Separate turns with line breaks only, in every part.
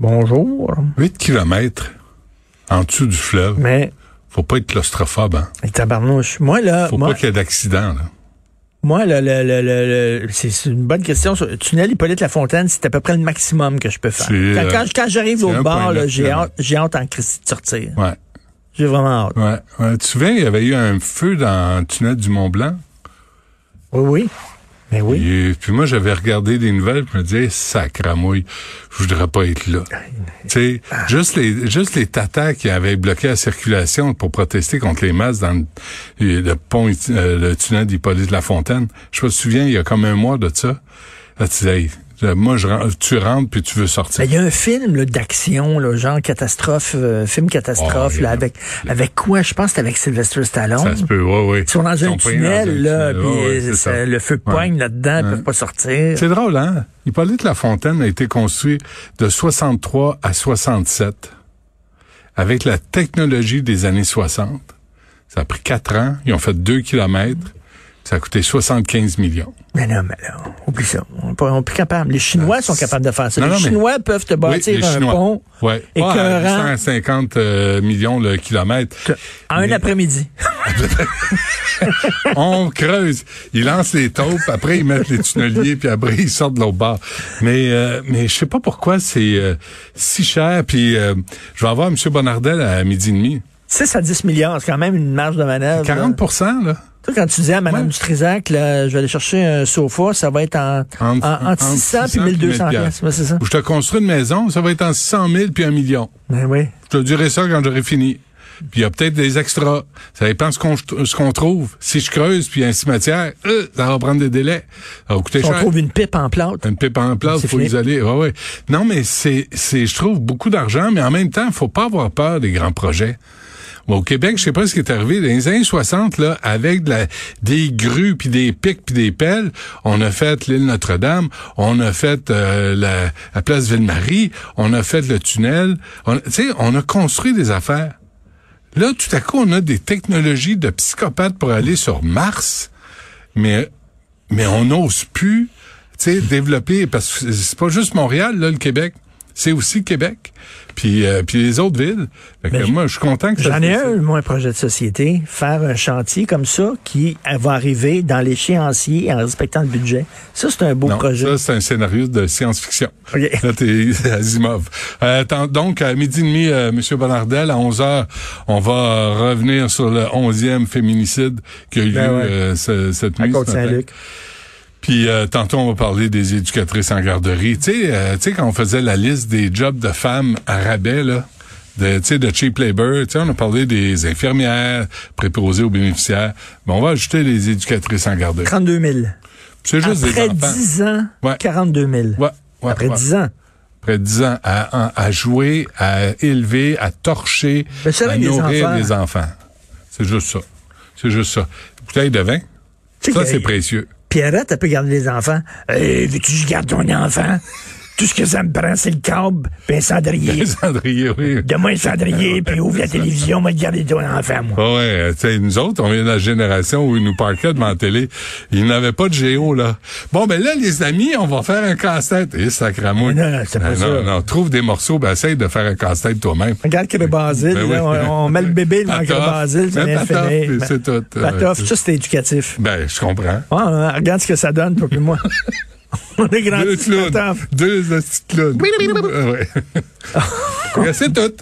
Bonjour.
8 km en dessous du fleuve.
Mais,
Faut pas être claustrophobe. Hein.
et tabarnouche, moi, là,
Faut
moi,
pas qu'il y ait d'accident. là.
moi, là, le- le- le- le- c'est c'est une bonne question. Sur le tunnel Hippolyte Lafontaine, c'est à peu près le maximum que je peux faire.
C'est,
Quand,
euh,
quand, quand j'arrive
c'est
au bord,
1,9
là, j'ai
kilomètres.
hâte, j'ai hâte en Christie de sortir.
Ouais.
J'ai vraiment hâte.
Ouais, ouais. Tu te souviens, il y avait eu un feu dans le tunnel du Mont-Blanc.
Oui, oui. Mais oui.
Et puis moi, j'avais regardé des nouvelles, puis je me disais, sacramouille, je voudrais pas être là. tu sais, juste les, juste les tatas qui avaient bloqué la circulation pour protester contre les masses dans le, le pont, euh, le tunnel d'Hippolyte Lafontaine. Je me souviens, il y a comme un mois de ça. Là, tu disais, hey, moi, je, ren- tu rentres puis tu veux sortir.
Ben, Il y a un film là, d'action, là, genre catastrophe, euh, film catastrophe,
Oh,
là,
yeah.
avec, avec quoi? Je pense que c'était avec Sylvester
Ça se
Stallone.
peut, ouais, ouais.
Ils sont dans
Ils
un
sont pris
tunnel, là,
tunnel.
puis
Ouais, ouais,
euh,
c'est
ça-
ça.
le feu
Ouais.
poigne là-dedans, ils
Ouais.
peuvent pas sortir.
C'est drôle, hein? Hippolyte Lafontaine a été construit de 63 à 67 avec la technologie des années 60. Ça a pris quatre ans. Ils ont fait deux kilomètres. Ça a coûté 75 millions.
Mais Ben non, mais là, oublie ça. On n'est pas on est plus capable. Les Chinois sont capables de faire ça.
Ah, Non,
les
non, mais-
Chinois peuvent te
Oui,
bâtir
les
un
Chinois.
pont
Ouais.
écœurant.
Ouais, à 150 euh, millions le kilomètre.
en un
Mais-
après-midi.
On creuse. Ils lancent les taupes, après ils mettent les tunneliers, puis après ils sortent de l'autre bord. Mais euh, mais je sais pas pourquoi c'est euh, si cher. Puis euh, je vais avoir M. Bonardel à midi et demi.
6 à 10 milliards, c'est quand même une marge de manœuvre. là.
40 là.
Toi, quand tu dis à Mme
Ouais.
Dutrisac, là, je vais aller chercher un sofa, ça va être en,
Entre-
en- Ah, entre
entre
600 puis
600 puis
1200
1000
piastres. Ouais, c'est ça.
Je te construis une maison, ça va être en 600 000 puis un million.
Ben oui.
Je te dirai ça quand j'aurai fini. Puis il y a peut-être des extras. Ça dépend ce qu'on ce qu'on trouve. Si je creuse puis il y a un cimetière, euh, ça va prendre des délais. Ça va coûter
On
cher.
trouve une pipe en plâtre.
Une pipe en place,
C'est
faut
fini.
isoler. Ouais, ouais. Non, mais c'est, c'est, je trouve beaucoup d'argent, mais en même temps, faut pas avoir peur des grands projets. Moi, Au Québec, je sais pas ce qui est arrivé. Dans les années 60, là, avec de la, des grues, puis des pics, puis des pelles, on a fait l'île Notre-Dame, on a fait euh, la, la place Ville-Marie, on a fait le tunnel. On- Tu sais, on a construit des affaires. Là, tout à coup, on a des technologies de psychopathes pour aller sur Mars, mais mais on n'ose plus, tu sais, développer parce que c'est pas juste Montréal là, le Québec, c'est aussi Québec, puis euh, puis les autres villes. Fait que
Mais
moi, je suis content que ça
J'en ai
se-
un, moi, un projet de société. Faire un chantier comme ça qui euh, va arriver dans l'échéancier en respectant le budget. Ça, c'est un beau
Non,
projet.
ça c'est un scénario de science-fiction.
Ok.
Là, t'es Asimov. Euh, attends, donc, à midi et demi, euh, M. Bonardel, à 11h, on va euh, revenir sur le 11e féminicide qui a eu
Ben
lieu
ouais.
euh, ce- cette
À
nuit. ce matin.
Côte-Saint-Luc.
Puis euh, tantôt, on va parler des éducatrices en garderie. Tu sais, euh, tu sais, quand on faisait la liste des jobs de femmes à rabais, là, de, tu sais, de cheap labor, tu sais, on a parlé des infirmières, préposées aux bénéficiaires. Mais on va ajouter les éducatrices en garderie.
32 000.
C'est juste
Après
des enfants.
10 ans,
Ouais.
42 000.
Ouais, ouais,
Après
ouais.
10 ans.
Après 10 ans à, à- à jouer, à élever, à torcher,
Mais ça,
à
avec des
nourrir
enfants.
les enfants. C'est juste ça. C'est juste ça. Bouteille de vin,
Tu sais
ça,
que- euh,
c'est précieux.
Pierrette, elle peut garder les enfants. Euh, Veux-tu que je garde ton enfant? Tout ce que ça me prend, c'est le câble puis un cendrier.
Les cendriers, oui.
Donne-moi un cendrier, puis ouvre la télévision, moi, de garder ton enfant, moi.
Ah Ouais, tu sais, nous autres, on vient de la génération où ils nous parquaient devant la télé. Ils n'avaient pas de géo, là. Bon, ben là, les amis, on va faire un casse-tête. Eh, sacramouille.
Non, non, c'est pas
non,
ça.
non, non, trouve des morceaux, ben essaye de faire un casse-tête toi-même.
Regarde Crébasile,
Ben
là,
oui.
on, on met le bébé devant
Patoff.
Crébasile,
Ben, patoff, puis c'est tout.
Patoff,
Ouais.
ça c'est éducatif.
Ben, je comprends.
Ah, ah, regarde ce que ça donne, toi et moi. on est
Deux
grandi sur
clowns.
Patoff.
Deux petits clowns. Ah, ouais. Ouais, c'est tout.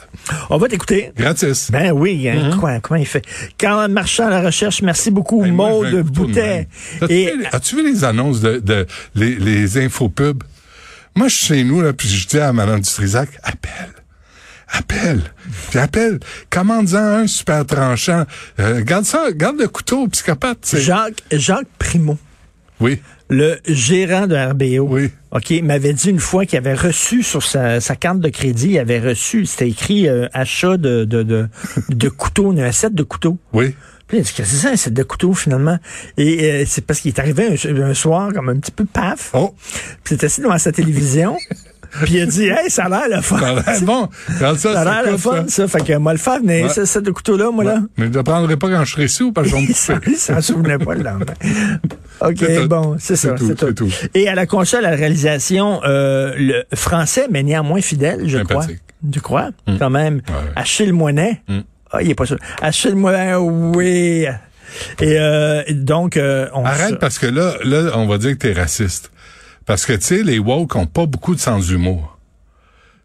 On va t'écouter.
Gratis.
Ben oui, hein,
Mm-hmm.
quoi- comment il fait? Quand marchant à la recherche, merci beaucoup,
Hey, Ben, moi,
Maud
j'ai un couteau de
Boutet.
même. As-tu
Et
vu- As-tu vu les annonces de, de- les, les infopubs? Moi, je suis chez nous, là, puis je dis à Madame Dutrisac, appelle. Appelle. Puis appelle. Commande-en un super tranchant. Euh, garde ça, garde le couteau, psychopathe. tu sais.
Jacques, Jacques Primo,
Oui.
le gérant de RBO,
Oui.
OK, m'avait dit une fois qu'il avait reçu sur sa, sa carte de crédit, il avait reçu, c'était écrit euh, achat de, de, de, de couteaux, un set de couteaux.
Oui.
Puis il a dit, qu'est-ce que c'est ça, un set de couteaux, finalement? Et euh, c'est parce qu'il est arrivé un, un soir, comme un petit peu paf.
Oh.
Puis il était assis devant sa télévision. puis il a dit, hey, ça a l'air le fun.
Ça a l'air bon. Garde ça,
Ça
ça
a l'air le
coûte,
fun,
ça.
ça. Fait que, moi, le faire, venez,
Ouais.
ce set de couteaux-là, moi, là.
Mais je ne le prendrai pas quand je serai sous, parce que je vais me couper.
il s'en souvenait pas le lendemain. OK, bon, c'est ça.
tout,
c'est tout.
c'est tout.
Et à la console, à la réalisation, euh, le français, mais néanmoins fidèle, je crois.
Sympathique. Mm.
Tu crois? Quand même.
Ouais, Mm. ouais.
Achille Moinet. Ah, il est pas sûr. Achille Moinet, oui. Et euh, donc, euh, on
Arrête parce que là, là, on va dire que t'es raciste. Parce que, tu sais, les woke ont pas beaucoup de sens d'humour.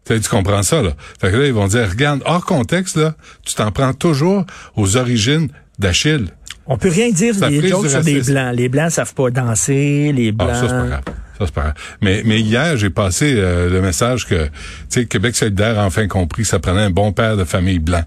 Tu sais, tu comprends ça, là. Fait que là, ils vont dire, regarde, hors contexte, là, tu t'en prends toujours aux origines d'Achille.
on peut rien dire
Ça
des
frise
jokes
du
sur des
racisme.
blancs. Les blancs savent pas danser, les blancs.
Ah, ça, c'est pas grave. Ça, c'est pas grave. Mais, mais hier, j'ai passé euh, le message que, tu sais, Québec solidaire a enfin compris que ça prenait un bon père de famille blanc.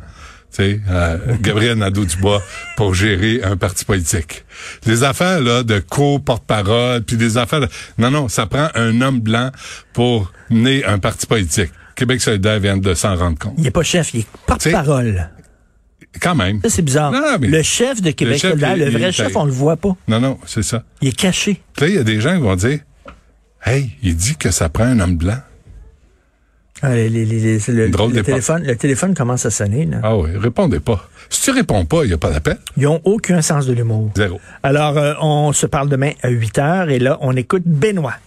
Tu sais, euh, Gabriel Nadeau-Dubois pour gérer un parti politique. Les affaires, là, de co-porte-parole, puis des affaires... de- Non, non, ça prend un homme blanc pour mener un parti politique. Québec solidaire vient de s'en rendre compte.
Il est pas chef, il est porte-parole.
Quand même.
Ça, c'est bizarre.
Non, mais-
le chef de Québec
chef,
solidaire,
il-
le
il
vrai
est-
chef, on le voit pas.
Non, non, c'est ça.
Il est caché.
Puis Là, il y a des gens qui vont dire, « Hey, il dit que ça prend un homme blanc.
Ah, les- les- les- les- le,
Drôle
le
d'époque.
téléphone, le téléphone commence à sonner. Là. »
Ah oui, répondez pas. Si tu réponds pas, il n'y a pas d'appel.
Ils ont aucun sens de l'humour.
Zéro.
Alors, euh, on se parle demain à 8 heures et là, on écoute Benoît.